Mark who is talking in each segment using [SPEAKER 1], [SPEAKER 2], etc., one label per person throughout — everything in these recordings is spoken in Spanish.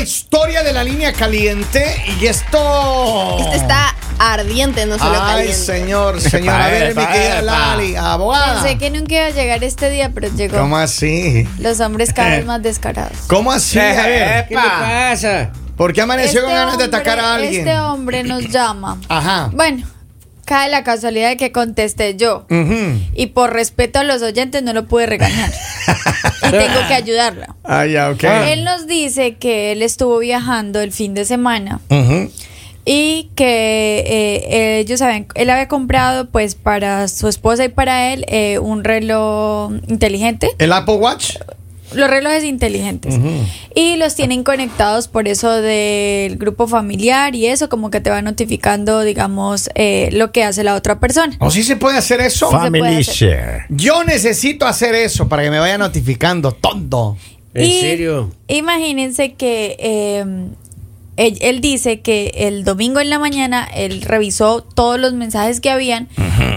[SPEAKER 1] historia de la línea caliente y esto.
[SPEAKER 2] Este está ardiente, no solo
[SPEAKER 1] Ah. Ay,
[SPEAKER 2] caliente.
[SPEAKER 1] señor, señor. A
[SPEAKER 3] Epa,
[SPEAKER 1] ver, mi
[SPEAKER 3] epa,
[SPEAKER 1] querida
[SPEAKER 3] epa.
[SPEAKER 1] Lali, abogada.
[SPEAKER 4] Pensé que nunca iba a llegar este día, pero llegó.
[SPEAKER 1] Ah. ¿Cómo Eh. así?
[SPEAKER 4] Los hombres cada vez más descarados.
[SPEAKER 1] ¿Cómo así? A ver,
[SPEAKER 3] ¿Qué le pasa?
[SPEAKER 1] ¿por qué amaneció
[SPEAKER 4] Este
[SPEAKER 1] con ganas de atacar a
[SPEAKER 4] hombre-
[SPEAKER 1] alguien?
[SPEAKER 4] Este hombre nos llama.
[SPEAKER 1] Ajá.
[SPEAKER 4] Bueno, cae la casualidad de que contesté
[SPEAKER 1] Mm.
[SPEAKER 4] yo.
[SPEAKER 1] Ujú.
[SPEAKER 4] Y por respeto a los oyentes no lo pude regañar. y tengo que ayudarlo.
[SPEAKER 1] Ah, ya, ok.
[SPEAKER 4] Él nos dice que él estuvo viajando el fin de semana
[SPEAKER 1] Ujú.
[SPEAKER 4] y que eh, ellos habían, él había comprado pues para su esposa y para él eh, un reloj inteligente.
[SPEAKER 1] ¿El Apple Watch?
[SPEAKER 4] Los relojes inteligentes. Y los tienen conectados por eso del grupo familiar y eso, como que te va notificando, digamos, eh, lo que hace la otra persona.
[SPEAKER 1] ¿O sí se puede hacer eso?
[SPEAKER 4] Fa- puede
[SPEAKER 3] Family
[SPEAKER 4] hacer.
[SPEAKER 3] share.
[SPEAKER 1] Yo necesito hacer eso para que me vaya notificando, tonto.
[SPEAKER 3] ¿En
[SPEAKER 4] Y
[SPEAKER 3] serio?
[SPEAKER 4] Imagínense que eh, él, él dice que el domingo en la mañana él revisó todos los mensajes que habían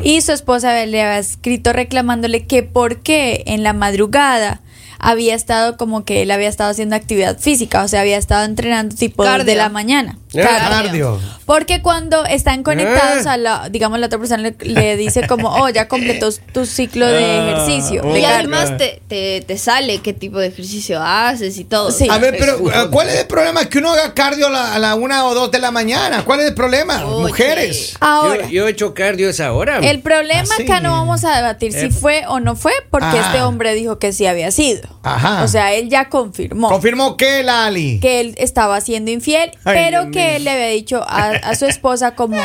[SPEAKER 4] y su esposa le había escrito reclamándole que por qué en la madrugada había estado como que él había estado haciendo actividad física, o sea, había estado entrenando tipo dos de
[SPEAKER 2] Cardio.
[SPEAKER 4] la mañana.
[SPEAKER 3] Eh,
[SPEAKER 1] Cardio.
[SPEAKER 4] Porque cuando están conectados
[SPEAKER 3] Ah.
[SPEAKER 4] a la, digamos, la otra persona le, le dice como, oh, ya completó tu ciclo de
[SPEAKER 3] Ah,
[SPEAKER 4] ejercicio.
[SPEAKER 3] oh,
[SPEAKER 4] de
[SPEAKER 2] Y
[SPEAKER 3] Claro.
[SPEAKER 4] cardio".
[SPEAKER 2] además te, te, te sale qué tipo de ejercicio haces y todo.
[SPEAKER 4] Sí.
[SPEAKER 1] A ver, pero
[SPEAKER 3] Eso.
[SPEAKER 1] eh, ¿cuál es el problema? Que uno haga cardio a la, a la una o dos de la mañana. ¿Cuál es el problema?
[SPEAKER 2] Oye.
[SPEAKER 1] Mujeres.
[SPEAKER 4] Ahora.
[SPEAKER 3] Yo, yo he hecho cardio esa hora.
[SPEAKER 4] El problema
[SPEAKER 1] Así.
[SPEAKER 4] acá no vamos a debatir si
[SPEAKER 3] Eh.
[SPEAKER 4] fue o no fue, porque
[SPEAKER 1] Ah.
[SPEAKER 4] este hombre dijo que sí había sido.
[SPEAKER 1] Ajá.
[SPEAKER 4] O sea, él ya confirmó
[SPEAKER 1] Confirmó que Lali.
[SPEAKER 4] que él estaba siendo infiel,
[SPEAKER 1] Ay,
[SPEAKER 4] pero
[SPEAKER 1] Dios mío.
[SPEAKER 4] que él le había dicho a, a su esposa como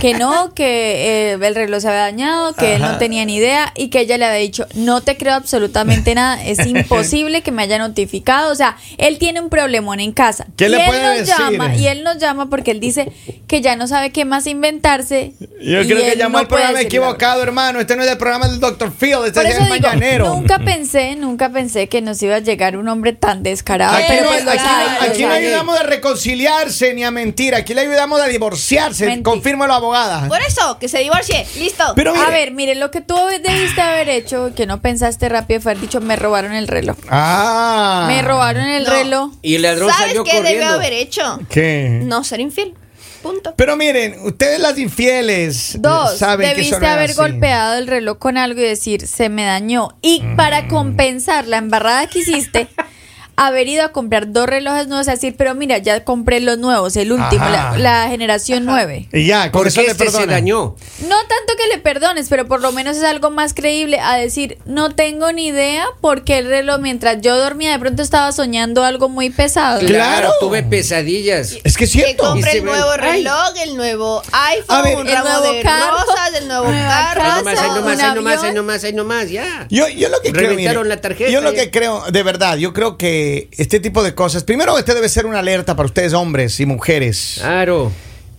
[SPEAKER 4] que no, que eh, el reloj se había dañado, que él no tenía ni idea y que ella le había dicho, no te creo absolutamente nada, es imposible que me haya notificado, o sea, él tiene un problemón en casa.
[SPEAKER 1] ¿Qué
[SPEAKER 4] y
[SPEAKER 1] le
[SPEAKER 4] él
[SPEAKER 1] puede
[SPEAKER 4] nos
[SPEAKER 1] decir?
[SPEAKER 4] llama y él nos llama porque él dice que ya no sabe qué más inventarse.
[SPEAKER 1] Yo
[SPEAKER 4] y
[SPEAKER 1] creo que
[SPEAKER 4] él
[SPEAKER 1] llamó
[SPEAKER 4] no
[SPEAKER 1] al
[SPEAKER 4] puede
[SPEAKER 1] programa
[SPEAKER 4] decir la verdad.
[SPEAKER 1] equivocado, hermano. Este no es el programa del Dr. Phil, este
[SPEAKER 4] Por
[SPEAKER 1] es
[SPEAKER 4] eso
[SPEAKER 1] el
[SPEAKER 4] digo,
[SPEAKER 1] mañanero.
[SPEAKER 4] nunca pensé, nunca pensé que nos iba a llegar un hombre tan descarado.
[SPEAKER 1] Aquí,
[SPEAKER 4] pero
[SPEAKER 1] no,
[SPEAKER 4] pues,
[SPEAKER 1] aquí no-
[SPEAKER 4] claro,
[SPEAKER 1] aquí no
[SPEAKER 4] o sea,
[SPEAKER 1] ayudamos a reconciliarse ni a mentir. Aquí le ayudamos a divorciarse.
[SPEAKER 4] Mentir.
[SPEAKER 1] Confirma la abogada.
[SPEAKER 2] Por eso, que se divorcie. Listo.
[SPEAKER 1] Pero mire-
[SPEAKER 4] A ver, mire, lo que tú debiste haber hecho, que no pensaste rápido, fue haber dicho, me robaron el reloj.
[SPEAKER 1] Ah.
[SPEAKER 4] Me robaron el
[SPEAKER 2] No.
[SPEAKER 4] reloj.
[SPEAKER 3] y el ladrón
[SPEAKER 2] ¿Sabes
[SPEAKER 3] salió
[SPEAKER 2] qué
[SPEAKER 3] corriendo.
[SPEAKER 2] debió haber hecho?
[SPEAKER 1] ¿Qué?
[SPEAKER 2] No ser infiel. Punto.
[SPEAKER 1] Pero miren, ustedes las infieles
[SPEAKER 4] Dos,
[SPEAKER 1] saben que
[SPEAKER 4] debiste
[SPEAKER 1] son
[SPEAKER 4] haber
[SPEAKER 1] así.
[SPEAKER 4] golpeado el reloj con algo y decir, se me dañó. Y para
[SPEAKER 1] Mm.
[SPEAKER 4] compensar la embarrada que hiciste, haber ido a comprar dos relojes nuevos y decir, pero mira, ya compré los nuevos, el último,
[SPEAKER 1] Ajá.
[SPEAKER 4] la, la generación 9.
[SPEAKER 1] Y ya, con
[SPEAKER 3] Porque
[SPEAKER 1] eso le
[SPEAKER 3] este se
[SPEAKER 1] perdonan.
[SPEAKER 3] dañó.
[SPEAKER 4] No tanto que le perdones, pero por lo menos es algo más creíble a decir, no tengo ni idea porque el reloj mientras yo dormía de pronto estaba soñando algo muy pesado.
[SPEAKER 1] Claro.
[SPEAKER 3] Tuve pesadillas.
[SPEAKER 1] Es que es
[SPEAKER 2] Que
[SPEAKER 1] cierto.
[SPEAKER 3] Y
[SPEAKER 2] compre
[SPEAKER 3] se
[SPEAKER 2] el
[SPEAKER 3] ve-
[SPEAKER 2] nuevo
[SPEAKER 3] Ay.
[SPEAKER 2] reloj, el nuevo iPhone,
[SPEAKER 1] A ver,
[SPEAKER 2] un
[SPEAKER 4] El
[SPEAKER 2] ramo
[SPEAKER 4] nuevo
[SPEAKER 2] de
[SPEAKER 4] carro.
[SPEAKER 2] rosas, el nuevo
[SPEAKER 4] Nueva
[SPEAKER 2] carro.
[SPEAKER 3] Ah, Ahí nomás, ahí
[SPEAKER 4] Un
[SPEAKER 3] nomás, ahí nomás, ahí
[SPEAKER 4] avión.
[SPEAKER 3] nomás, ahí nomás, ya.
[SPEAKER 1] Yo, yo lo que creo, mire,
[SPEAKER 3] Reventaron la tarjeta, eh.
[SPEAKER 1] yo lo
[SPEAKER 3] ya.
[SPEAKER 1] que creo, de verdad, yo creo que este tipo de cosas, primero este debe ser una alerta para ustedes hombres y mujeres.
[SPEAKER 3] Claro.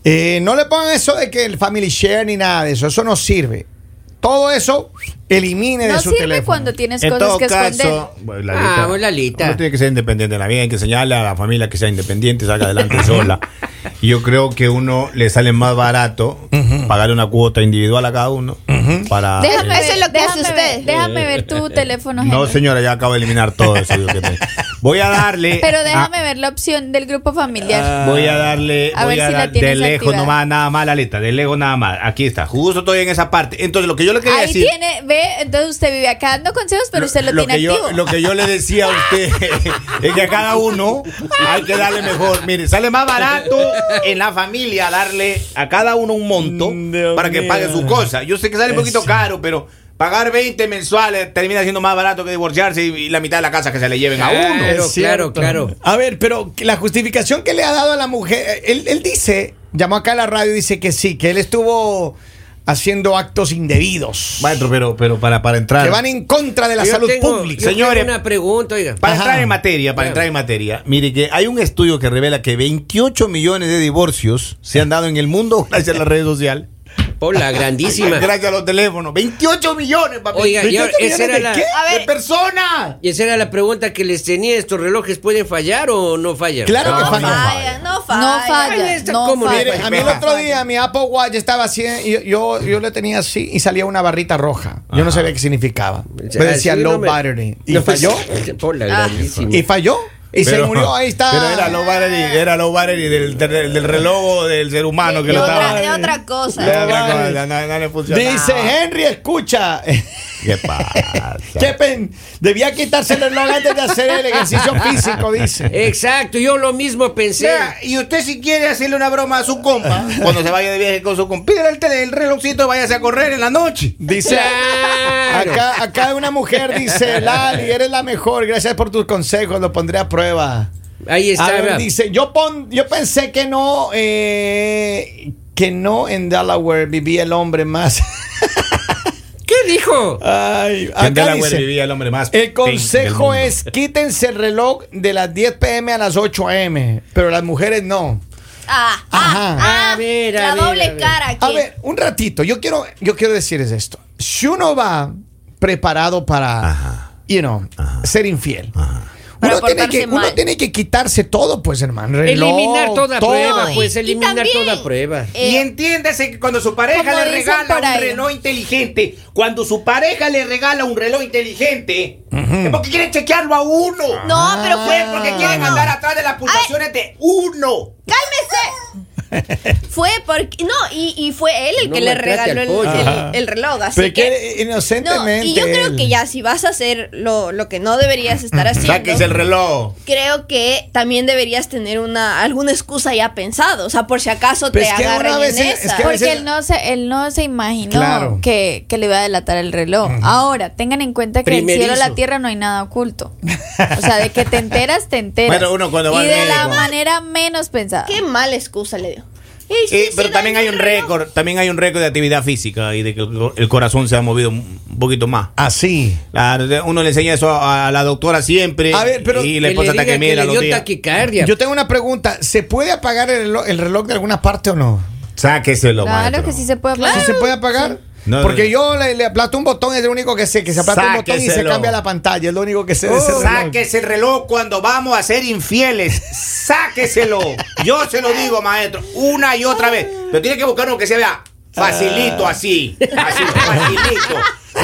[SPEAKER 1] Eh, no le pongan eso de que el family share ni nada de eso, eso no sirve. Todo eso elimine de
[SPEAKER 4] No
[SPEAKER 1] su
[SPEAKER 4] sirve
[SPEAKER 1] teléfono. Eh,
[SPEAKER 4] cuando tienes
[SPEAKER 5] en
[SPEAKER 4] cosas
[SPEAKER 5] todo
[SPEAKER 4] que esconder.
[SPEAKER 5] caso, bueno, Lalita,
[SPEAKER 3] Ah, vos, Lalita.
[SPEAKER 5] Uno tiene que ser independiente. La vida hay que enseñarle a la familia que sea independiente, salga adelante sola. Y yo creo que uno le sale más barato pagar una cuota individual a cada uno para. eh,
[SPEAKER 4] Déjame
[SPEAKER 2] Eso
[SPEAKER 4] ver,
[SPEAKER 2] es lo que hace
[SPEAKER 4] déjame
[SPEAKER 2] usted.
[SPEAKER 4] ver, déjame ver tu teléfono.
[SPEAKER 5] No,
[SPEAKER 4] Henry.
[SPEAKER 5] señora, ya acabo de eliminar todo eso. digo, que te- Voy a darle.
[SPEAKER 4] Pero
[SPEAKER 5] Ah.
[SPEAKER 4] déjame ver la opción del grupo familiar.
[SPEAKER 5] a- voy a darle.
[SPEAKER 4] A
[SPEAKER 5] voy
[SPEAKER 4] ver
[SPEAKER 5] a
[SPEAKER 4] si la
[SPEAKER 5] dar- de
[SPEAKER 4] tienes
[SPEAKER 5] lejos
[SPEAKER 4] activada.
[SPEAKER 5] nomás, nada más, Lalita. De lejos nada más. Aquí está. Justo estoy en esa parte. Entonces, lo que yo le quería
[SPEAKER 4] Ahí
[SPEAKER 5] decir.
[SPEAKER 4] tiene, ve, entonces usted vive acá dando consejos, pero usted lo,
[SPEAKER 5] que
[SPEAKER 4] tiene
[SPEAKER 5] yo,
[SPEAKER 4] activo.
[SPEAKER 5] Lo que yo le decía a usted es que a cada uno hay que darle mejor. Mire, sale más barato en la familia darle a cada uno un monto
[SPEAKER 1] Mm, Dios
[SPEAKER 5] para que
[SPEAKER 1] mío.
[SPEAKER 5] pague su cosa. Yo sé que sale un poquito caro, pero pagar 20 mensuales termina siendo más barato que divorciarse y, y la mitad de la casa que se le lleven a uno.
[SPEAKER 3] Claro,
[SPEAKER 1] Es
[SPEAKER 3] claro,
[SPEAKER 1] cierto.
[SPEAKER 3] claro.
[SPEAKER 1] A ver, pero la justificación que le ha dado a la mujer, él, él dice, llamó acá a la radio y dice que sí, que él estuvo haciendo actos indebidos.
[SPEAKER 5] Maestro, pero, pero para, para entrar.
[SPEAKER 1] Que van en contra de la
[SPEAKER 3] Yo
[SPEAKER 1] salud
[SPEAKER 3] tengo-
[SPEAKER 1] pública.
[SPEAKER 3] yo tengo
[SPEAKER 5] Señores.
[SPEAKER 3] una pregunta, oiga.
[SPEAKER 5] Para
[SPEAKER 1] Ajá.
[SPEAKER 5] entrar en materia, para
[SPEAKER 3] Claro.
[SPEAKER 5] entrar en materia, mire que hay un estudio que revela que 28 millones de divorcios se han dado en el mundo gracias a las redes sociales.
[SPEAKER 3] Hola, grandísima.
[SPEAKER 5] Gracias a los teléfonos. 28 millones, papi.
[SPEAKER 3] Oiga, y
[SPEAKER 5] 28
[SPEAKER 3] ahora, esa
[SPEAKER 5] millones
[SPEAKER 3] era
[SPEAKER 5] de
[SPEAKER 3] la-
[SPEAKER 5] qué?
[SPEAKER 2] A ver.
[SPEAKER 5] De personas.
[SPEAKER 3] Y esa era la pregunta que les tenía. ¿Estos relojes pueden fallar o no Ah, fallan?
[SPEAKER 1] Claro que
[SPEAKER 5] No,
[SPEAKER 1] falla.
[SPEAKER 5] no.
[SPEAKER 2] Falla, no falla.
[SPEAKER 4] No
[SPEAKER 3] Ay,
[SPEAKER 4] falla,
[SPEAKER 3] está
[SPEAKER 4] no
[SPEAKER 3] como-
[SPEAKER 4] falla.
[SPEAKER 1] Mire,
[SPEAKER 2] pues,
[SPEAKER 1] a mí el otro día mi Apple Watch estaba así, y yo, yo, yo le tenía así y salía una barrita roja. Yo no sabía qué significaba.
[SPEAKER 3] O
[SPEAKER 1] Me
[SPEAKER 3] sea,
[SPEAKER 1] decía
[SPEAKER 3] sí, no
[SPEAKER 1] low
[SPEAKER 3] me-
[SPEAKER 1] battery. ¿Y
[SPEAKER 3] No, pues,
[SPEAKER 1] falló?
[SPEAKER 2] Ah.
[SPEAKER 3] Hola, grandísima.
[SPEAKER 1] ¿Y falló? Y se
[SPEAKER 5] Pero-
[SPEAKER 1] murió, ahí está.
[SPEAKER 5] Pero era low battery, era low battery del, del, del reloj o del ser humano que
[SPEAKER 2] de,
[SPEAKER 5] lo
[SPEAKER 2] otra,
[SPEAKER 5] estaba.
[SPEAKER 2] de otra cosa.
[SPEAKER 5] Le habrá
[SPEAKER 1] Low
[SPEAKER 5] co-
[SPEAKER 1] battery.
[SPEAKER 5] la- na- na- le funcionaba.
[SPEAKER 1] Dice Henry, escucha.
[SPEAKER 5] ¿Qué pasa?
[SPEAKER 1] Qué pen- Debía quitarse el reloj antes de hacer el ejercicio físico, dice.
[SPEAKER 3] Exacto, yo lo mismo pensé.
[SPEAKER 6] Vea, y usted si quiere hacerle una broma a su compa, cuando se vaya de viaje con su compa, pídele el, tele- el relojcito, váyase a correr en la noche.
[SPEAKER 1] Dice.
[SPEAKER 3] Claro.
[SPEAKER 1] Acá, acá una mujer dice, Lali, eres la mejor, gracias por tus consejos, lo pondré a prueba.
[SPEAKER 3] Ahí está.
[SPEAKER 1] A ver,
[SPEAKER 3] vea.
[SPEAKER 1] dice, yo, pon- yo pensé que no, eh, que no en Delaware vivía el hombre más.
[SPEAKER 3] ¿Qué dijo?
[SPEAKER 1] Ay,
[SPEAKER 5] Que en
[SPEAKER 1] acá
[SPEAKER 5] Delaware
[SPEAKER 1] dice,
[SPEAKER 5] vivía el hombre más
[SPEAKER 1] el
[SPEAKER 5] pink del
[SPEAKER 1] consejo
[SPEAKER 5] mundo.
[SPEAKER 1] es quítense el reloj de las 10 pm a las 8 am, pero las mujeres no.
[SPEAKER 2] Ah,
[SPEAKER 1] Ajá.
[SPEAKER 2] ah, ah,
[SPEAKER 3] A ver, a
[SPEAKER 2] la
[SPEAKER 3] ver,
[SPEAKER 2] doble
[SPEAKER 3] a ver.
[SPEAKER 2] cara aquí.
[SPEAKER 1] A ver, un ratito, yo quiero, yo quiero decirles esto. Si uno va preparado para,
[SPEAKER 5] Ajá.
[SPEAKER 1] you know,
[SPEAKER 5] Ajá.
[SPEAKER 1] ser infiel.
[SPEAKER 5] Ajá.
[SPEAKER 2] Para
[SPEAKER 1] Uno tiene, que,
[SPEAKER 2] portarse
[SPEAKER 1] uno
[SPEAKER 2] mal.
[SPEAKER 1] tiene que quitarse todo, pues, hermano. Reloj,
[SPEAKER 3] Eliminar toda
[SPEAKER 1] todo.
[SPEAKER 3] prueba, pues
[SPEAKER 2] y
[SPEAKER 3] eliminar
[SPEAKER 2] también-
[SPEAKER 3] toda prueba.
[SPEAKER 2] Eh,
[SPEAKER 6] y entiéndase que cuando su pareja
[SPEAKER 4] como dicen
[SPEAKER 6] le regala
[SPEAKER 4] por
[SPEAKER 6] un
[SPEAKER 4] ahí.
[SPEAKER 6] reloj inteligente, cuando su pareja le regala un reloj inteligente, es porque quieren chequearlo a uno.
[SPEAKER 3] Ah.
[SPEAKER 2] No, pero
[SPEAKER 6] Pues
[SPEAKER 2] fue
[SPEAKER 1] Ah.
[SPEAKER 6] porque quieren
[SPEAKER 2] Ah.
[SPEAKER 6] andar atrás de las pulsaciones de uno.
[SPEAKER 2] ¡Cálmese! fue porque. No, y, y fue él el
[SPEAKER 3] No
[SPEAKER 2] que le
[SPEAKER 3] maltrate al
[SPEAKER 2] regaló el,
[SPEAKER 3] pollo.
[SPEAKER 2] el-
[SPEAKER 1] Ajá.
[SPEAKER 2] el reloj. Así
[SPEAKER 1] Pero
[SPEAKER 2] que.
[SPEAKER 1] que inocentemente.
[SPEAKER 2] No, y yo creo
[SPEAKER 1] él.
[SPEAKER 2] que ya, si vas a hacer lo, lo que no deberías estar haciendo.
[SPEAKER 5] Sáquese el reloj.
[SPEAKER 2] Creo que también deberías tener una alguna excusa ya pensada. O sea, por si acaso
[SPEAKER 1] Pero
[SPEAKER 2] te
[SPEAKER 1] es Pues que
[SPEAKER 2] agarran
[SPEAKER 1] una
[SPEAKER 2] en
[SPEAKER 1] vez es-
[SPEAKER 2] esa.
[SPEAKER 1] es que a
[SPEAKER 2] Por-
[SPEAKER 1] veces-
[SPEAKER 4] Porque él no se, él no se imaginó
[SPEAKER 1] Claro.
[SPEAKER 4] que, que le iba a delatar el reloj. Ahora, tengan en cuenta que del cielo a
[SPEAKER 3] Primerizo.
[SPEAKER 4] la tierra no hay nada oculto. O sea, de que te enteras, te enteras.
[SPEAKER 5] Bueno, uno cuando va
[SPEAKER 4] y
[SPEAKER 5] al
[SPEAKER 4] de la
[SPEAKER 5] médico.
[SPEAKER 4] manera menos pensada.
[SPEAKER 2] Qué mala excusa le dio. Ey, sí,
[SPEAKER 5] Eh,
[SPEAKER 2] sí,
[SPEAKER 5] pero también hay
[SPEAKER 2] dañó
[SPEAKER 5] un
[SPEAKER 2] el reloj.
[SPEAKER 5] récord, también hay un récord de actividad física y de que el cor- el corazón se ha movido un poquito más.
[SPEAKER 1] Así.
[SPEAKER 5] Claro, de- uno le enseña eso a, a la doctora siempre.
[SPEAKER 1] A ver, pero-
[SPEAKER 5] y la
[SPEAKER 3] Que le
[SPEAKER 5] esposa
[SPEAKER 3] diga
[SPEAKER 5] está que
[SPEAKER 3] que
[SPEAKER 5] mira
[SPEAKER 3] le
[SPEAKER 5] los
[SPEAKER 3] dio
[SPEAKER 5] días.
[SPEAKER 3] taquicardia.
[SPEAKER 1] Yo tengo una pregunta. ¿Se puede apagar el reloj, el reloj de alguna parte o no?
[SPEAKER 5] Sáqueselo,
[SPEAKER 4] Claro
[SPEAKER 5] maestro.
[SPEAKER 4] que sí se puede
[SPEAKER 1] ¿Sí
[SPEAKER 4] hablar.
[SPEAKER 1] se puede apagar?
[SPEAKER 5] No,
[SPEAKER 1] Porque
[SPEAKER 5] no.
[SPEAKER 1] yo le, le aplasto un botón, es lo único que sé, que se aplasta un botón y se
[SPEAKER 5] Sáqueselo. Oh,
[SPEAKER 1] cambia la pantalla, es lo único que sé de ese reloj.
[SPEAKER 6] Sáquese el reloj cuando vamos a ser infieles. Sáqueselo. Yo se lo digo, maestro, una y otra vez. Pero tiene que buscar uno que se vea facilito
[SPEAKER 5] Ah.
[SPEAKER 6] así. Así, facilito.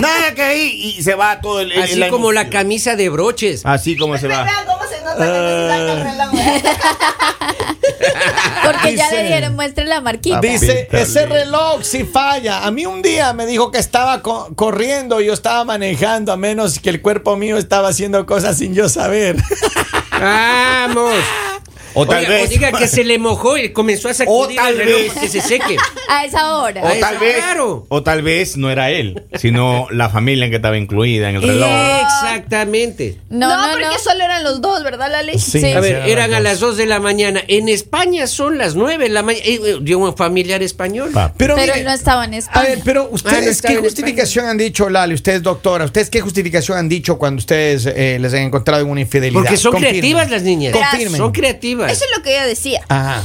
[SPEAKER 6] Nada que ahí y se va todo el. el-
[SPEAKER 3] Así como la
[SPEAKER 6] emoción.
[SPEAKER 3] camisa de broches.
[SPEAKER 5] Así como se va.
[SPEAKER 2] Vean cómo se nota que se saca el reloj.
[SPEAKER 4] Porque ya
[SPEAKER 1] Dice-
[SPEAKER 4] le dieron muestre la marquita.
[SPEAKER 1] Dice,
[SPEAKER 5] Píntale.
[SPEAKER 1] ese reloj si falla. A mí un día me dijo que estaba co- corriendo y yo estaba manejando, a menos que el cuerpo mío estaba haciendo cosas sin yo saber.
[SPEAKER 3] Vamos.
[SPEAKER 5] O tal
[SPEAKER 3] Oiga,
[SPEAKER 5] vez.
[SPEAKER 3] diga que se le mojó y comenzó a sacudir
[SPEAKER 6] tal
[SPEAKER 3] el reloj
[SPEAKER 6] vez.
[SPEAKER 3] para que se seque.
[SPEAKER 4] A esa hora.
[SPEAKER 3] A
[SPEAKER 6] O
[SPEAKER 3] eso,
[SPEAKER 6] tal vez.
[SPEAKER 3] Claro.
[SPEAKER 5] O tal vez no era él, sino la familia en que estaba incluida en el reloj.
[SPEAKER 3] Exactamente.
[SPEAKER 4] No,
[SPEAKER 2] no,
[SPEAKER 4] no, no.
[SPEAKER 2] porque solo eran los dos, ¿verdad, Lali?
[SPEAKER 1] Sí.
[SPEAKER 3] A ver,
[SPEAKER 1] sí,
[SPEAKER 3] eran a
[SPEAKER 1] dos.
[SPEAKER 3] las 2 de la mañana. En España son las 9 de la mañana. Eh, eh, De un familiar español.
[SPEAKER 5] Pa.
[SPEAKER 1] Pero,
[SPEAKER 4] Pero
[SPEAKER 1] mire,
[SPEAKER 4] él no estaba en
[SPEAKER 1] A
[SPEAKER 4] España.
[SPEAKER 1] ver, pero
[SPEAKER 3] Ah, no
[SPEAKER 1] ustedes,
[SPEAKER 3] está
[SPEAKER 1] ¿qué
[SPEAKER 3] en
[SPEAKER 1] justificación han dicho, Lali? Ustedes, doctora, ¿ustedes qué justificación han dicho cuando ustedes eh, les han encontrado en una infidelidad?
[SPEAKER 3] Porque son
[SPEAKER 1] Confirmen.
[SPEAKER 3] creativas las niñas.
[SPEAKER 1] Confirmen.
[SPEAKER 3] Son creativas.
[SPEAKER 2] Eso es lo que ella decía.
[SPEAKER 1] Ajá.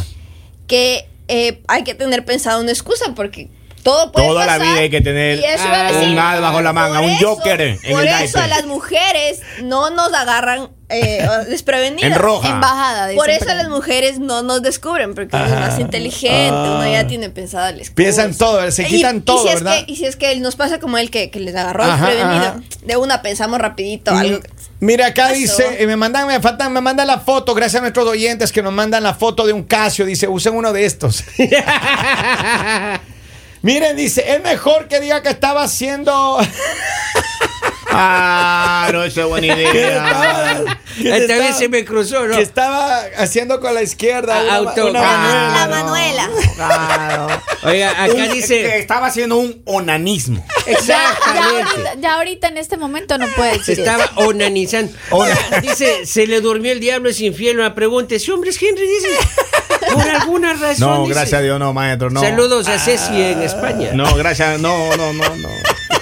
[SPEAKER 2] que eh, hay que tener pensada una excusa porque todo puede
[SPEAKER 5] Toda la
[SPEAKER 2] pasar,
[SPEAKER 5] vida hay que tener
[SPEAKER 2] y eso iba a
[SPEAKER 3] un
[SPEAKER 2] decir.
[SPEAKER 5] as bajo la manga,
[SPEAKER 2] Por
[SPEAKER 5] un
[SPEAKER 2] eso-
[SPEAKER 5] joker en
[SPEAKER 2] Por
[SPEAKER 5] el
[SPEAKER 2] eso
[SPEAKER 5] naipe.
[SPEAKER 2] a las mujeres no nos agarran eh, desprevenidas.
[SPEAKER 5] En roja.
[SPEAKER 4] Embajada. dicen
[SPEAKER 2] Por eso
[SPEAKER 4] por ahí.
[SPEAKER 2] las mujeres no nos descubren porque uno es más inteligente, uno ya tiene pensada la excusa.
[SPEAKER 1] Piensan todo, se
[SPEAKER 2] Y-
[SPEAKER 1] quitan
[SPEAKER 2] y
[SPEAKER 1] todo,
[SPEAKER 2] si es
[SPEAKER 1] ¿verdad?
[SPEAKER 2] que- y si es que nos pasa como el que, que les agarró
[SPEAKER 1] Ajá,
[SPEAKER 2] desprevenido,
[SPEAKER 1] ajá.
[SPEAKER 2] de una pensamos rapidito algo.
[SPEAKER 1] Mm. Mira, acá
[SPEAKER 2] Eso.
[SPEAKER 1] dice, eh, me mandan, me faltan, me mandan la foto, gracias a nuestros oyentes que nos mandan la foto de un Casio, dice, usen uno de estos. Miren, dice, es mejor que diga que estaba haciendo,
[SPEAKER 5] Claro, esa es buena idea.
[SPEAKER 1] que
[SPEAKER 3] Esta
[SPEAKER 1] estaba-
[SPEAKER 3] vez se me cruzó, ¿no?
[SPEAKER 1] que estaba haciendo con la izquierda.
[SPEAKER 3] Ah,
[SPEAKER 1] una-
[SPEAKER 3] auto-
[SPEAKER 1] una
[SPEAKER 3] Mm.
[SPEAKER 2] Ah, la
[SPEAKER 1] manuela, ¿no?
[SPEAKER 2] Manuela.
[SPEAKER 3] Oiga,
[SPEAKER 6] Un-
[SPEAKER 3] acá
[SPEAKER 5] eh,
[SPEAKER 6] que
[SPEAKER 3] dice.
[SPEAKER 6] Estaba haciendo un onanismo.
[SPEAKER 2] Ah,
[SPEAKER 4] Ah, Ya
[SPEAKER 3] Exactamente.
[SPEAKER 4] ahorita, ya ahorita en este momento no puede
[SPEAKER 3] Se
[SPEAKER 4] decir eso.
[SPEAKER 3] estaba onanizando. Dice, se le durmió el diablo, es infiel. Una pregunta. Ese hombre es Henry, dice. Por alguna razón.
[SPEAKER 5] No,
[SPEAKER 3] dice.
[SPEAKER 5] gracias a Dios, no, maestro. No.
[SPEAKER 3] Saludos a Ceci en
[SPEAKER 1] Ah.
[SPEAKER 3] España.
[SPEAKER 5] No, gracias. No, no, no, no.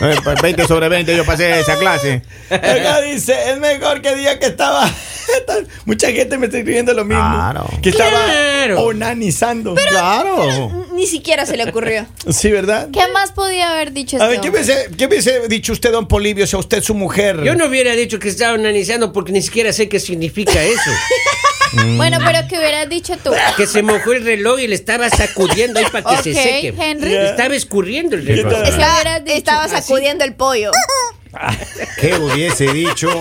[SPEAKER 5] Eh, 20 sobre 20 yo pasé esa clase.
[SPEAKER 1] Acá dice, es mejor que diga que estaba. Mucha gente me está escribiendo lo mismo.
[SPEAKER 5] Claro.
[SPEAKER 1] Que estaba
[SPEAKER 3] Claro.
[SPEAKER 1] onanizando.
[SPEAKER 5] Claro.
[SPEAKER 2] Ni siquiera se le ocurrió.
[SPEAKER 1] Sí, ¿verdad?
[SPEAKER 4] ¿Qué más podía haber dicho
[SPEAKER 1] A
[SPEAKER 4] este
[SPEAKER 1] ver, ¿qué
[SPEAKER 4] hombre?
[SPEAKER 1] hubiese, qué hubiese dicho usted, don Polibio, si a usted su mujer?
[SPEAKER 3] Yo no hubiera dicho que estaba onanizando porque ni siquiera sé qué significa eso.
[SPEAKER 4] Bueno, pero que hubieras dicho tú.
[SPEAKER 3] Que se mojó el reloj y le estaba sacudiendo ahí para que se
[SPEAKER 4] Ok,
[SPEAKER 3] seque.
[SPEAKER 4] Henry.
[SPEAKER 3] Le estaba escurriendo el reloj.
[SPEAKER 5] Entonces-
[SPEAKER 4] ¿Qué
[SPEAKER 2] Estaba,
[SPEAKER 4] hubieras dicho?
[SPEAKER 2] estaba sacudiendo el pollo.
[SPEAKER 5] ¿Qué hubiese dicho?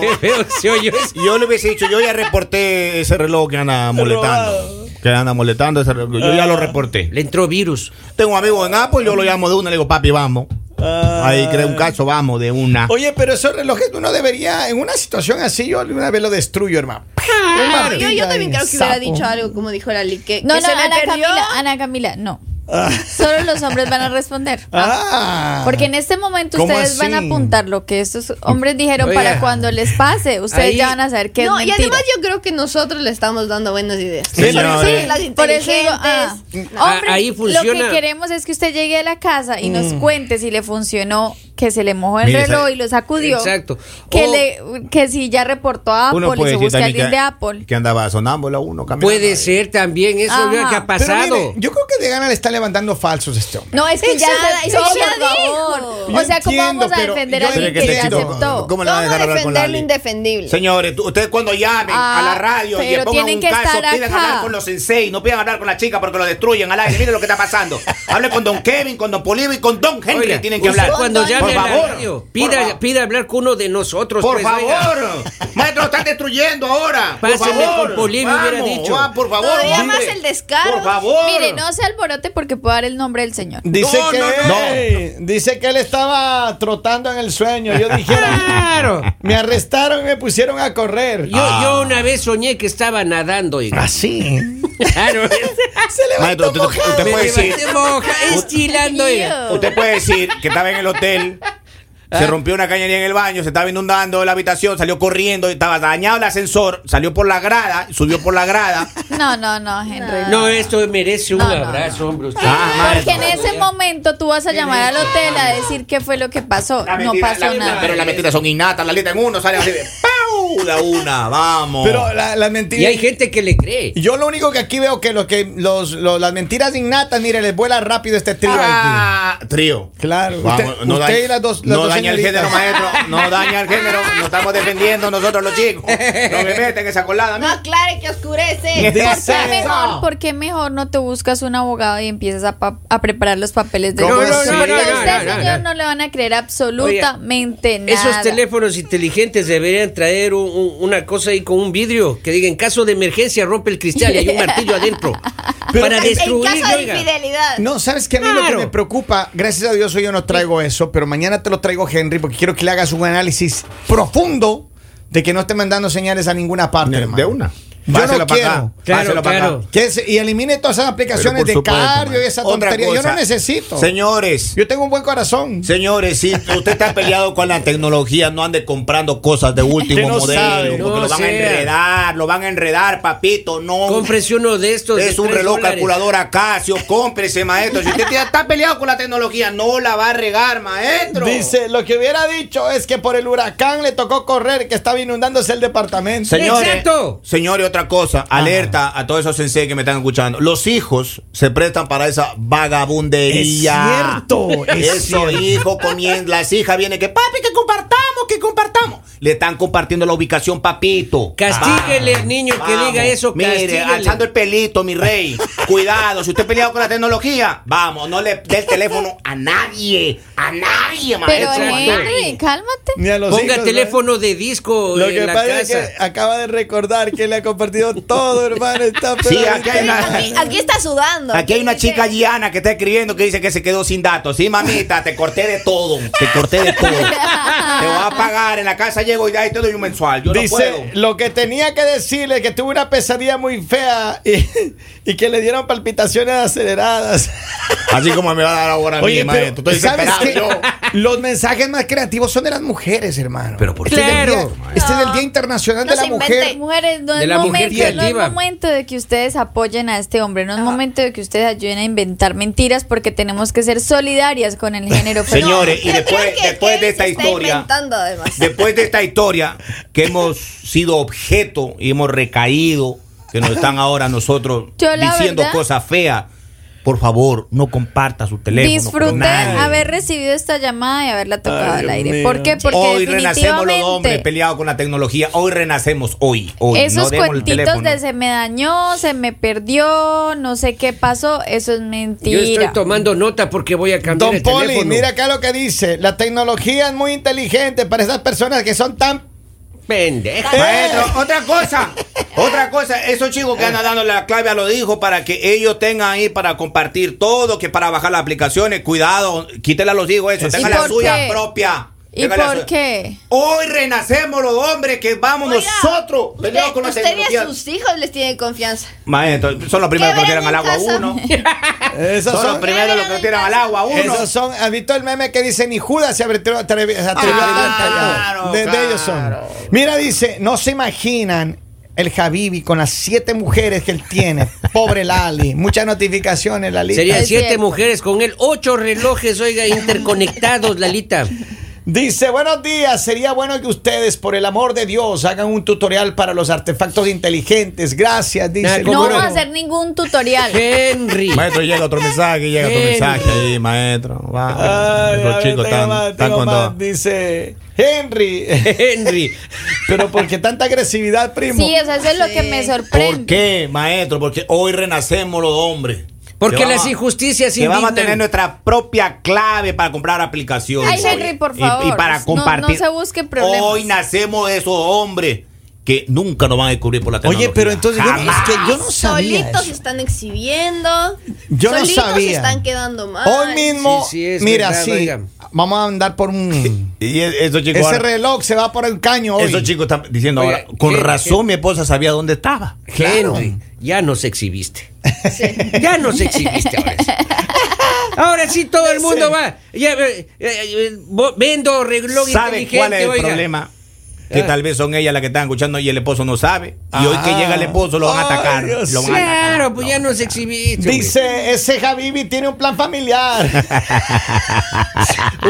[SPEAKER 3] Qué feo se oyó eso.
[SPEAKER 5] Yo le hubiese dicho, yo ya reporté ese reloj que anda
[SPEAKER 3] Robado.
[SPEAKER 5] moletando. Que anda moletando ese reloj. Yo ya lo reporté.
[SPEAKER 3] Le entró virus.
[SPEAKER 5] Tengo un amigo de Nápoles, yo lo llamo de una, le digo, papi, vamos. Ahí crea un caso, vamos, de una.
[SPEAKER 1] Oye, pero esos relojes uno debería, en una situación así, yo alguna vez lo destruyo, hermano. Un
[SPEAKER 2] Yo- Yo,
[SPEAKER 1] martillo
[SPEAKER 2] yo también
[SPEAKER 1] ahí,
[SPEAKER 2] creo que hubiera
[SPEAKER 1] sapo.
[SPEAKER 2] dicho algo como dijo la Lick que,
[SPEAKER 4] No,
[SPEAKER 2] que
[SPEAKER 4] no,
[SPEAKER 2] se me
[SPEAKER 4] Ana
[SPEAKER 2] perdió.
[SPEAKER 4] Camila, Ana Camila, no. Solo los hombres van a responder.
[SPEAKER 1] Ah.
[SPEAKER 4] Porque en este momento
[SPEAKER 1] ¿Cómo
[SPEAKER 4] ustedes van a
[SPEAKER 1] así?
[SPEAKER 4] apuntar lo que estos hombres dijeron
[SPEAKER 3] Oiga.
[SPEAKER 4] para cuando les pase. Ustedes
[SPEAKER 3] Ahí-
[SPEAKER 4] ya van a saber que
[SPEAKER 2] no,
[SPEAKER 4] es
[SPEAKER 2] y
[SPEAKER 4] mentira.
[SPEAKER 2] además yo creo que nosotros le estamos dando buenas ideas.
[SPEAKER 5] Sí,
[SPEAKER 2] Porque
[SPEAKER 5] señores.
[SPEAKER 2] somos las
[SPEAKER 4] Por eso digo, ah,
[SPEAKER 2] inteligentes.
[SPEAKER 3] Ah,
[SPEAKER 4] hombre,
[SPEAKER 3] ahí
[SPEAKER 4] lo que
[SPEAKER 3] funciona.
[SPEAKER 4] queremos es que usted llegue a la casa y nos cuente si le funcionó que se le mojó el
[SPEAKER 5] Mire,
[SPEAKER 4] reloj
[SPEAKER 5] esa-
[SPEAKER 4] y lo sacudió.
[SPEAKER 3] Exacto.
[SPEAKER 4] Que,
[SPEAKER 3] O-
[SPEAKER 4] le, que si ya reportó a Apple
[SPEAKER 5] uno
[SPEAKER 4] y
[SPEAKER 5] puede
[SPEAKER 4] se
[SPEAKER 5] decir
[SPEAKER 4] busca
[SPEAKER 5] también
[SPEAKER 4] alguien
[SPEAKER 5] que,
[SPEAKER 4] de Apple.
[SPEAKER 5] que andaba sonámbula uno caminando ahí.
[SPEAKER 3] Puede ser también eso
[SPEAKER 4] Ajá.
[SPEAKER 3] mira, que ha
[SPEAKER 4] Pero
[SPEAKER 1] Pero mire,
[SPEAKER 3] pasado.
[SPEAKER 1] yo creo que de gana le está levantando falsos este esto.
[SPEAKER 4] No, es que ya
[SPEAKER 2] Exacto,
[SPEAKER 4] aceptó,
[SPEAKER 2] eso ya
[SPEAKER 4] por favor.
[SPEAKER 2] dijo.
[SPEAKER 4] O sea, ¿cómo
[SPEAKER 1] Yo
[SPEAKER 4] vamos a
[SPEAKER 1] entiendo,
[SPEAKER 4] defender
[SPEAKER 1] pero
[SPEAKER 4] a
[SPEAKER 1] yo
[SPEAKER 4] alguien que,
[SPEAKER 1] creo que
[SPEAKER 4] ya
[SPEAKER 1] te quito.
[SPEAKER 4] aceptó?
[SPEAKER 5] ¿Cómo le van
[SPEAKER 2] ¿Cómo
[SPEAKER 5] a dejar hablar con
[SPEAKER 2] defender lo
[SPEAKER 5] Lali?
[SPEAKER 2] indefendible?
[SPEAKER 6] Señores, tú- ustedes cuando llamen
[SPEAKER 4] Ah,
[SPEAKER 6] a la radio y
[SPEAKER 4] pero
[SPEAKER 6] le pongan
[SPEAKER 4] tienen
[SPEAKER 6] un
[SPEAKER 4] que
[SPEAKER 6] caso,
[SPEAKER 4] estar
[SPEAKER 6] pidan
[SPEAKER 4] acá.
[SPEAKER 6] hablar con los sensei, no pidan hablar con la chica porque lo destruyen al aire. Miren lo que está pasando. Hable con don Kevin, con don Polivio y con don Henry.
[SPEAKER 3] Oiga,
[SPEAKER 6] tienen que
[SPEAKER 3] usted
[SPEAKER 6] hablar.
[SPEAKER 3] Cuando llame
[SPEAKER 6] por
[SPEAKER 3] a la
[SPEAKER 6] favor,
[SPEAKER 3] radio,
[SPEAKER 6] por
[SPEAKER 3] pida,
[SPEAKER 6] fa-
[SPEAKER 3] pida hablar con uno de nosotros.
[SPEAKER 6] Por
[SPEAKER 3] pues, oiga.
[SPEAKER 6] favor, maestro, lo están destruyendo ahora. Por
[SPEAKER 3] Pásenme
[SPEAKER 6] favor,
[SPEAKER 3] con Polibio, hubiera
[SPEAKER 6] vamos,
[SPEAKER 3] dicho.
[SPEAKER 6] va, por favor,
[SPEAKER 2] Todavía
[SPEAKER 6] hombre.
[SPEAKER 2] más el descaro.
[SPEAKER 6] Por favor.
[SPEAKER 4] Mire, no se alborote porque puedo dar el nombre del señor.
[SPEAKER 1] Dice
[SPEAKER 6] No,
[SPEAKER 1] que
[SPEAKER 6] no, no.
[SPEAKER 1] No. dice que él estaba trotando en el sueño. Yo dijera,
[SPEAKER 3] Claro.
[SPEAKER 1] me arrestaron y me pusieron a correr.
[SPEAKER 3] Yo,
[SPEAKER 5] Ah.
[SPEAKER 3] yo una vez soñé que estaba nadando. oiga.
[SPEAKER 1] Así.
[SPEAKER 3] Claro.
[SPEAKER 1] Se
[SPEAKER 5] Maestro,
[SPEAKER 1] levantó
[SPEAKER 5] usted, usted
[SPEAKER 1] mojado.
[SPEAKER 5] puede
[SPEAKER 3] Me
[SPEAKER 5] decir,
[SPEAKER 3] levanté moja, estirando. oiga.
[SPEAKER 6] Usted puede decir que estaba en el hotel, se rompió una cañería en el baño, se estaba inundando la habitación, salió corriendo, estaba dañado el ascensor, salió por la grada, subió por la grada.
[SPEAKER 4] No, no, no, Henry.
[SPEAKER 3] No, esto merece un
[SPEAKER 4] No, no,
[SPEAKER 3] abrazo, hombre. usted.
[SPEAKER 6] Ah,
[SPEAKER 4] Porque en ese momento tú vas a llamar al hotel a decir qué fue lo que pasó.
[SPEAKER 6] La
[SPEAKER 4] No
[SPEAKER 6] mentira,
[SPEAKER 4] pasó
[SPEAKER 6] la-
[SPEAKER 4] nada.
[SPEAKER 6] Pero las mentiras son innatas, la letra en uno sale así de ¡Pau! La una, vamos.
[SPEAKER 1] Pero la, la
[SPEAKER 3] Y
[SPEAKER 1] mentira.
[SPEAKER 3] hay gente que le cree.
[SPEAKER 1] Yo lo único que aquí veo que, lo que los, los- las mentiras innatas, mire, les vuela rápido este trío aquí.
[SPEAKER 6] Ah, trío.
[SPEAKER 1] Claro.
[SPEAKER 5] Vamos,
[SPEAKER 1] usted,
[SPEAKER 5] no
[SPEAKER 1] usted
[SPEAKER 5] daña-
[SPEAKER 1] y las dos. las
[SPEAKER 5] no
[SPEAKER 1] dos
[SPEAKER 5] daña el
[SPEAKER 1] señoritas.
[SPEAKER 6] Género, maestro, no daña el género, nos estamos defendiendo nosotros los chicos. No me meten esa colada.
[SPEAKER 2] No
[SPEAKER 6] ¿no?
[SPEAKER 2] aclare que oscurece.
[SPEAKER 1] Dice-
[SPEAKER 4] ¿Por qué, mejor, por qué mejor no te buscas un abogado y empiezas a, pa- a preparar los papeles de
[SPEAKER 1] No,
[SPEAKER 4] juicio?
[SPEAKER 1] no, no,
[SPEAKER 4] Porque
[SPEAKER 1] no,
[SPEAKER 4] a
[SPEAKER 1] no,
[SPEAKER 3] no,
[SPEAKER 4] usted,
[SPEAKER 3] no,
[SPEAKER 4] señor,
[SPEAKER 3] no.
[SPEAKER 4] no le van a creer absolutamente nada.
[SPEAKER 3] Esos teléfonos inteligentes deberían traer un- un- una cosa ahí con un vidrio que diga en caso de emergencia rompe el cristal y hay un martillo adentro
[SPEAKER 1] Pero-
[SPEAKER 3] para
[SPEAKER 1] En- en
[SPEAKER 2] En
[SPEAKER 3] destruir.
[SPEAKER 2] caso de
[SPEAKER 3] oiga.
[SPEAKER 2] infidelidad.
[SPEAKER 1] No, sabes que a mí lo que
[SPEAKER 3] Claro.
[SPEAKER 1] me preocupa, gracias a Dios hoy yo no traigo eso, pero mañana te lo traigo, Henry, porque quiero que le hagas un análisis profundo de que no esté mandando señales a ninguna parte.
[SPEAKER 5] de,
[SPEAKER 1] hermano.
[SPEAKER 5] de una.
[SPEAKER 1] Yo
[SPEAKER 5] Páselo
[SPEAKER 1] no
[SPEAKER 5] para acá.
[SPEAKER 1] quiero.
[SPEAKER 3] Claro,
[SPEAKER 5] páselo para
[SPEAKER 3] claro.
[SPEAKER 5] acá.
[SPEAKER 1] Que se- y elimine todas esas aplicaciones
[SPEAKER 5] Pero por
[SPEAKER 1] de
[SPEAKER 5] supuesto,
[SPEAKER 1] cardio y
[SPEAKER 5] man.
[SPEAKER 1] esa
[SPEAKER 5] Otra
[SPEAKER 1] tontería. Yo no
[SPEAKER 5] cosa.
[SPEAKER 1] necesito.
[SPEAKER 5] Señores,
[SPEAKER 1] Yo tengo un buen corazón.
[SPEAKER 5] Señores, si usted está peleado con la tecnología, no ande comprando cosas de último
[SPEAKER 1] Que no
[SPEAKER 5] modelo,
[SPEAKER 1] sabe.
[SPEAKER 5] porque
[SPEAKER 3] No
[SPEAKER 5] lo van a
[SPEAKER 3] sea.
[SPEAKER 5] enredar, lo van a enredar, papito, no.
[SPEAKER 3] Cómprese uno de estos. de
[SPEAKER 5] es un
[SPEAKER 3] tres
[SPEAKER 5] reloj
[SPEAKER 3] dólares.
[SPEAKER 5] calculadora Casio,
[SPEAKER 6] Cómprese, maestro. Si usted ya está peleado con la tecnología, no la va a regar, maestro.
[SPEAKER 1] Dice, lo que hubiera dicho es que por el huracán le tocó correr, que estaba inundándose el departamento.
[SPEAKER 5] Señores,
[SPEAKER 3] Exacto.
[SPEAKER 5] señores, otra cosa, alerta a todos esos sensei que me están escuchando. Los hijos se prestan para esa vagabundería.
[SPEAKER 1] Es cierto, es
[SPEAKER 5] Eso,
[SPEAKER 1] cierto.
[SPEAKER 5] hijo, comien- las hijas vienen que, papi, que compartamos, que compartamos. Le están compartiendo la ubicación, papito. Ah,
[SPEAKER 3] Castíguele
[SPEAKER 1] Ah,
[SPEAKER 3] al niño que
[SPEAKER 5] Vamos,
[SPEAKER 3] diga eso.
[SPEAKER 5] Mire,
[SPEAKER 3] castíguele.
[SPEAKER 5] alzando el pelito, mi rey. Cuidado, si usted ha peleado con la tecnología, vamos, no le dé el teléfono a nadie. A nadie,
[SPEAKER 4] Pero
[SPEAKER 5] maestro. a
[SPEAKER 4] Henry,
[SPEAKER 5] nadie.
[SPEAKER 4] cálmate.
[SPEAKER 1] Ni a los
[SPEAKER 3] Ponga
[SPEAKER 1] hijos,
[SPEAKER 3] teléfono de disco
[SPEAKER 1] Lo
[SPEAKER 3] en
[SPEAKER 1] que
[SPEAKER 3] la
[SPEAKER 1] pasa
[SPEAKER 3] casa.
[SPEAKER 1] es que acaba de recordar que le ha compartido todo, hermano. Está
[SPEAKER 5] Sí,
[SPEAKER 1] pero-
[SPEAKER 5] aquí hay una.
[SPEAKER 2] Aquí, aquí está sudando.
[SPEAKER 5] Aquí hay una chica Giana que está escribiendo que dice que se quedó sin datos. Sí, mamita, te corté de todo. Te corté de todo. Te voy a pagar. En la casa llego y ahí te doy un mensual. Yo no puedo.
[SPEAKER 1] Dice, lo que tenía que decirle que tuve una pesadilla muy fea y, y que le dieron palpitaciones aceleradas.
[SPEAKER 5] Así como me va a dar ahora
[SPEAKER 1] Oye, pero, ¿sabes
[SPEAKER 5] desesperado
[SPEAKER 1] qué? Los mensajes más creativos son de las mujeres, hermano. Pero
[SPEAKER 3] por
[SPEAKER 1] este
[SPEAKER 3] Claro.
[SPEAKER 1] Es el día, este es el Día Internacional
[SPEAKER 2] No
[SPEAKER 1] de la
[SPEAKER 2] se
[SPEAKER 1] Mujer.
[SPEAKER 2] inventen.
[SPEAKER 4] Mujeres, no
[SPEAKER 3] De
[SPEAKER 4] es,
[SPEAKER 3] la mujer
[SPEAKER 4] momento, no es
[SPEAKER 3] creativa.
[SPEAKER 4] momento de que ustedes apoyen a este hombre, no es momento de que ustedes ayuden a inventar mentiras porque tenemos que ser solidarias con el género femenino.
[SPEAKER 5] Señores, y
[SPEAKER 2] Yo creo
[SPEAKER 5] después,
[SPEAKER 2] que
[SPEAKER 5] después
[SPEAKER 2] él
[SPEAKER 5] de
[SPEAKER 2] se
[SPEAKER 5] esta
[SPEAKER 2] está
[SPEAKER 5] historia.
[SPEAKER 2] inventando, además.
[SPEAKER 5] Después de esta historia que hemos sido objeto y hemos recaído, que nos están ahora nosotros
[SPEAKER 4] Yo, la
[SPEAKER 5] diciendo
[SPEAKER 4] verdad-
[SPEAKER 5] cosas feas. por favor, no comparta su teléfono. con
[SPEAKER 4] Disfruté
[SPEAKER 5] nadie.
[SPEAKER 4] haber recibido esta llamada y haberla tocado
[SPEAKER 5] Ay,
[SPEAKER 4] al aire.
[SPEAKER 5] Dios
[SPEAKER 4] ¿Por
[SPEAKER 5] mío.
[SPEAKER 4] qué? Porque
[SPEAKER 5] hoy renacemos los hombres
[SPEAKER 4] definitivamente
[SPEAKER 5] peleados con la tecnología. Hoy renacemos, hoy, hoy.
[SPEAKER 4] esos
[SPEAKER 5] no demos el
[SPEAKER 4] cuentitos
[SPEAKER 5] teléfono.
[SPEAKER 4] de se me dañó, se me perdió, no sé qué pasó, eso es
[SPEAKER 3] Yo estoy
[SPEAKER 4] mentira.
[SPEAKER 3] tomando nota porque voy a cambiar
[SPEAKER 1] Don
[SPEAKER 3] el
[SPEAKER 1] Poli,
[SPEAKER 3] teléfono.
[SPEAKER 1] mira acá lo que dice. La tecnología es muy inteligente para esas personas que son tan...
[SPEAKER 3] Pendeja.
[SPEAKER 5] Eh.
[SPEAKER 6] Maestro, otra cosa, otra cosa, esos chicos que andan dando la clave a los hijos para que ellos tengan ahí para compartir todo, que para bajar las aplicaciones, cuidado, quítela a los hijos eso,
[SPEAKER 1] ¿Y
[SPEAKER 6] tengan la
[SPEAKER 4] por
[SPEAKER 6] suya
[SPEAKER 4] qué?
[SPEAKER 6] propia.
[SPEAKER 4] ¿Y
[SPEAKER 6] tengan la
[SPEAKER 4] por
[SPEAKER 6] suya.
[SPEAKER 4] qué?
[SPEAKER 6] Hoy renacemos los hombres que vamos
[SPEAKER 2] Oiga,
[SPEAKER 6] nosotros, peleados
[SPEAKER 2] Usted,
[SPEAKER 6] con la
[SPEAKER 2] usted y
[SPEAKER 6] tecnología.
[SPEAKER 2] a sus hijos les tiene confianza.
[SPEAKER 6] Maestro, son los primeros
[SPEAKER 2] ¿Qué
[SPEAKER 6] que lo tiran
[SPEAKER 2] ven
[SPEAKER 6] al
[SPEAKER 2] en
[SPEAKER 6] agua a
[SPEAKER 2] casa?
[SPEAKER 6] uno.
[SPEAKER 1] Esos
[SPEAKER 6] Son los
[SPEAKER 1] son...
[SPEAKER 6] primeros los que lo tiran al agua a uno.
[SPEAKER 1] Esos son, ¿has visto el meme que dice ni Judas se atrevió, atrevió- se atrevió
[SPEAKER 2] Ah,
[SPEAKER 1] a
[SPEAKER 6] Claro,
[SPEAKER 1] tanto? De, de
[SPEAKER 6] claro.
[SPEAKER 1] ellos son. Mira, dice, no se imaginan el Javibi con las siete mujeres que él tiene. Pobre Lali. Muchas notificaciones, Lali.
[SPEAKER 3] Serían
[SPEAKER 4] Es
[SPEAKER 3] siete
[SPEAKER 4] cierto.
[SPEAKER 3] mujeres con él, ocho relojes, oiga, interconectados, Lalita.
[SPEAKER 1] Dice, buenos días, sería bueno que ustedes, por el amor de Dios, hagan un tutorial para los artefactos inteligentes. Gracias,
[SPEAKER 3] Nah,
[SPEAKER 1] dice.
[SPEAKER 3] ¿cómo
[SPEAKER 4] No
[SPEAKER 3] no?
[SPEAKER 4] vamos a hacer ningún tutorial.
[SPEAKER 3] Henry.
[SPEAKER 5] Maestro, llega otro mensaje, llega otro
[SPEAKER 3] Henry.
[SPEAKER 5] mensaje ahí, maestro. Va.
[SPEAKER 1] Ay, a
[SPEAKER 5] Los
[SPEAKER 1] ver,
[SPEAKER 5] chicos
[SPEAKER 1] tengo más,
[SPEAKER 5] están, están
[SPEAKER 1] tengo
[SPEAKER 5] con
[SPEAKER 1] más.
[SPEAKER 5] todo.
[SPEAKER 1] Dice, Henry,
[SPEAKER 3] Henry.
[SPEAKER 1] pero ¿por qué tanta agresividad, primo?
[SPEAKER 4] Sí, o sea, eso es lo que me sorprende.
[SPEAKER 5] ¿Por qué, maestro? Porque hoy renacemos los hombres.
[SPEAKER 3] Porque
[SPEAKER 5] Que
[SPEAKER 3] las
[SPEAKER 5] vamos-
[SPEAKER 3] injusticias
[SPEAKER 6] Que vamos a tener
[SPEAKER 3] indignan.
[SPEAKER 6] nuestra propia clave para comprar aplicaciones.
[SPEAKER 4] Ay, Henry,
[SPEAKER 6] Hoy-
[SPEAKER 4] por
[SPEAKER 6] y- Y,
[SPEAKER 4] favor,
[SPEAKER 6] para
[SPEAKER 4] no-
[SPEAKER 6] compartir.
[SPEAKER 4] no se busquen problemas.
[SPEAKER 6] Hoy nacemos esos hombres que nunca nos van a descubrir por la tecnología.
[SPEAKER 1] Oye, pero entonces yo, no- es
[SPEAKER 6] Jamás.
[SPEAKER 1] que yo no sabía
[SPEAKER 2] Solitos se
[SPEAKER 1] eso.
[SPEAKER 2] están exhibiendo.
[SPEAKER 1] Yo no
[SPEAKER 2] solitos
[SPEAKER 1] sabía.
[SPEAKER 2] se están quedando mal.
[SPEAKER 1] Hoy mismo,
[SPEAKER 3] Sí, sí, es
[SPEAKER 1] mira,
[SPEAKER 3] verdad,
[SPEAKER 1] sí,
[SPEAKER 3] oiga.
[SPEAKER 1] vamos a andar por un...
[SPEAKER 5] Y es- esos chicos.
[SPEAKER 1] Ese
[SPEAKER 5] ahora-
[SPEAKER 1] reloj se va por el caño hoy.
[SPEAKER 5] esos chicos están diciendo
[SPEAKER 3] Oye,
[SPEAKER 5] ahora, con
[SPEAKER 3] ¿qué-
[SPEAKER 5] razón
[SPEAKER 3] qué-
[SPEAKER 5] mi esposa sabía dónde estaba.
[SPEAKER 3] Henry, ya nos exhibiste. Ya nos exhibiste ahora sí. Ahora sí todo el mundo va. Ya, eh, eh, eh, bo- vendo reloj
[SPEAKER 5] ¿Sabe
[SPEAKER 3] inteligente,
[SPEAKER 5] cuál es el
[SPEAKER 3] oiga.
[SPEAKER 5] problema? Que
[SPEAKER 3] Ah.
[SPEAKER 5] tal vez son ellas las que están escuchando y el esposo no sabe. Y hoy que
[SPEAKER 1] Ah.
[SPEAKER 5] llega el esposo lo van a
[SPEAKER 1] Ay,
[SPEAKER 5] atacar.
[SPEAKER 1] Dios
[SPEAKER 5] lo van a atacar.
[SPEAKER 3] Claro, pues ya nos exhibiste. hombre.
[SPEAKER 1] Dice, ese Javibi tiene un plan familiar.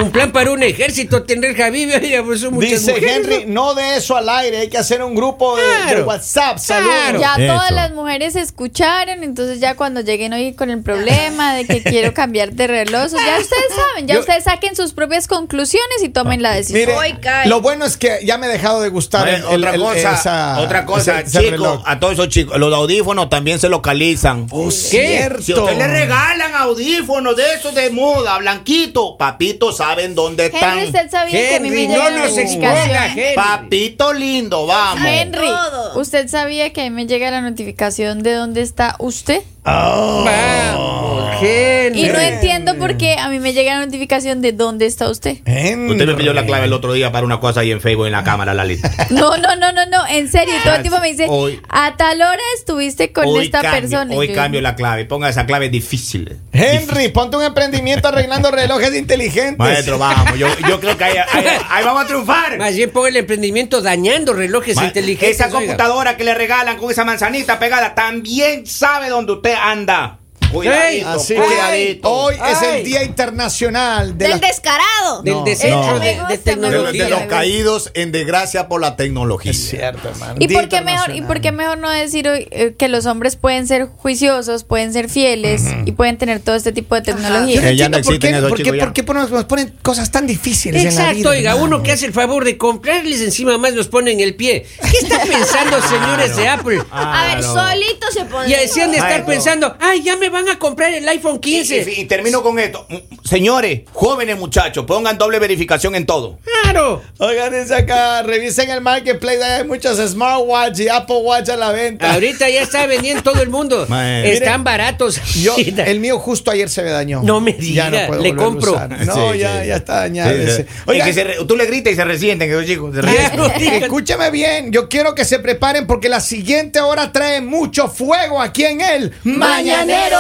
[SPEAKER 3] Un plan para un ejército tendrá el Javier. oiga, pues son muchas
[SPEAKER 1] Dice
[SPEAKER 3] mujeres,
[SPEAKER 1] Henry,
[SPEAKER 3] ¿no?
[SPEAKER 1] no de eso al aire, hay que hacer un grupo de, de
[SPEAKER 3] Claro,
[SPEAKER 1] WhatsApp. Saludos.
[SPEAKER 3] claro.
[SPEAKER 4] Ya
[SPEAKER 5] Eso.
[SPEAKER 4] todas las mujeres escucharon, entonces ya cuando lleguen hoy con el problema de que quiero cambiar de reloj, o sea, ya ustedes saben, ya
[SPEAKER 3] Yo-
[SPEAKER 4] ustedes saquen sus propias conclusiones y tomen
[SPEAKER 5] Ah,
[SPEAKER 4] la decisión.
[SPEAKER 1] Mire,
[SPEAKER 2] Hoy cae.
[SPEAKER 1] lo bueno es que ya me he dejado de gustar
[SPEAKER 5] Oye,
[SPEAKER 1] el- el-
[SPEAKER 5] otra,
[SPEAKER 1] el-
[SPEAKER 5] cosa,
[SPEAKER 1] esa-
[SPEAKER 5] otra cosa, ah,
[SPEAKER 1] ese- ese
[SPEAKER 5] chicos,
[SPEAKER 1] reloj.
[SPEAKER 5] a todos esos chicos, los audífonos también se localizan.
[SPEAKER 1] Cierto.
[SPEAKER 6] Si a usted le regalan audífonos de esos de moda, blanquito, papito saben dónde están.
[SPEAKER 4] Henry, usted sabía que a mí me
[SPEAKER 3] Henry, no
[SPEAKER 4] llegan
[SPEAKER 3] nos exponga,
[SPEAKER 4] notificaciones.
[SPEAKER 3] Henry.
[SPEAKER 6] Papito lindo, vamos.
[SPEAKER 4] Henry,
[SPEAKER 2] Todo.
[SPEAKER 4] usted sabía que a mí me llega la notificación de dónde está usted.
[SPEAKER 3] Vamos, Henry.
[SPEAKER 4] Y no entiendo por qué a mí me llega la notificación de dónde está usted.
[SPEAKER 1] Henry.
[SPEAKER 5] Usted me pidió la clave el otro día para una cosa ahí en Facebook en la cámara, la lista.
[SPEAKER 4] No, no, no, no, no, en serio, todo el tiempo me dice,
[SPEAKER 5] Hoy-
[SPEAKER 4] a tal hora estuviste con esta
[SPEAKER 5] cambio,
[SPEAKER 4] persona. Y
[SPEAKER 5] Hoy
[SPEAKER 4] yo-
[SPEAKER 5] cambio la clave, ponga esa clave difícil.
[SPEAKER 1] Henry, ponte un emprendimiento arreglando relojes inteligentes.
[SPEAKER 5] Maestro, vamos, yo, yo creo que ahí, ahí- ahí vamos a triunfar.
[SPEAKER 3] Más bien ponga el emprendimiento dañando relojes
[SPEAKER 5] Ma-
[SPEAKER 3] inteligentes.
[SPEAKER 6] Esa
[SPEAKER 3] oiga.
[SPEAKER 6] computadora que le regalan con esa manzanita pegada también sabe dónde usted anda. Cuidadito,
[SPEAKER 1] Así que
[SPEAKER 6] cuidadito.
[SPEAKER 1] hoy es el
[SPEAKER 3] Ay.
[SPEAKER 1] Día Internacional de
[SPEAKER 2] Del
[SPEAKER 1] la-
[SPEAKER 2] descarado.
[SPEAKER 3] Del
[SPEAKER 1] No,
[SPEAKER 3] desecho
[SPEAKER 4] no.
[SPEAKER 3] de, de
[SPEAKER 4] Me gusta, me
[SPEAKER 5] De,
[SPEAKER 3] tecnología.
[SPEAKER 5] de los caídos en desgracia por la tecnología.
[SPEAKER 1] Es cierto, hermano.
[SPEAKER 4] ¿Y
[SPEAKER 1] Día
[SPEAKER 4] por, qué mejor, ¿Y
[SPEAKER 1] Internacional.
[SPEAKER 4] por qué mejor no decir hoy, eh, que los hombres pueden ser juiciosos, pueden ser fieles y pueden tener todo este tipo de
[SPEAKER 1] Yo
[SPEAKER 4] tecnología?
[SPEAKER 5] Eh, ya no
[SPEAKER 1] entiendo por
[SPEAKER 5] existen
[SPEAKER 1] qué-
[SPEAKER 5] esos
[SPEAKER 1] por qué-
[SPEAKER 5] chicos ya.
[SPEAKER 1] por qué ponen- nos ponen cosas tan difíciles en la vida.
[SPEAKER 3] Exacto, oiga,
[SPEAKER 1] hermano?
[SPEAKER 3] uno que hace el favor de comprarles encima más nos ponen el pie. ¿Qué están pensando, señores de Apple?
[SPEAKER 2] A ver, solitos se ponen.
[SPEAKER 3] Y así han de estar
[SPEAKER 5] Maestro.
[SPEAKER 3] pensando, ay, ya me van a comprar el iPhone
[SPEAKER 6] Y, y-
[SPEAKER 3] 15.
[SPEAKER 6] y termino con esto. Mm, Señores, jóvenes muchachos, pongan doble verificación en todo.
[SPEAKER 3] Claro.
[SPEAKER 1] Oigan, dice acá, revisen el marketplace, hay muchas smartwatch y Apple Watch a la venta.
[SPEAKER 3] Ahorita ya está vendiendo en todo el mundo.
[SPEAKER 5] Maestro.
[SPEAKER 3] Están baratos.
[SPEAKER 1] Yo, el mío justo ayer se me dañó.
[SPEAKER 3] No me diga,
[SPEAKER 1] Ya no puedo
[SPEAKER 3] le
[SPEAKER 1] volverlo a
[SPEAKER 3] compro.
[SPEAKER 1] usar. No,
[SPEAKER 5] Sí,
[SPEAKER 1] ya,
[SPEAKER 5] sí.
[SPEAKER 1] ya está dañado.
[SPEAKER 5] Sí, sí.
[SPEAKER 1] ese.
[SPEAKER 5] Es
[SPEAKER 1] Oigan,
[SPEAKER 6] Es que se re- tú le gritas y se resienten esos chicos. se
[SPEAKER 3] Ya
[SPEAKER 6] resienten.
[SPEAKER 3] no digan-
[SPEAKER 1] escúchame bien, yo quiero que se preparen porque la siguiente hora trae mucho fuego aquí en el
[SPEAKER 2] Mañanero.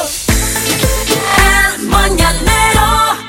[SPEAKER 7] El mañanero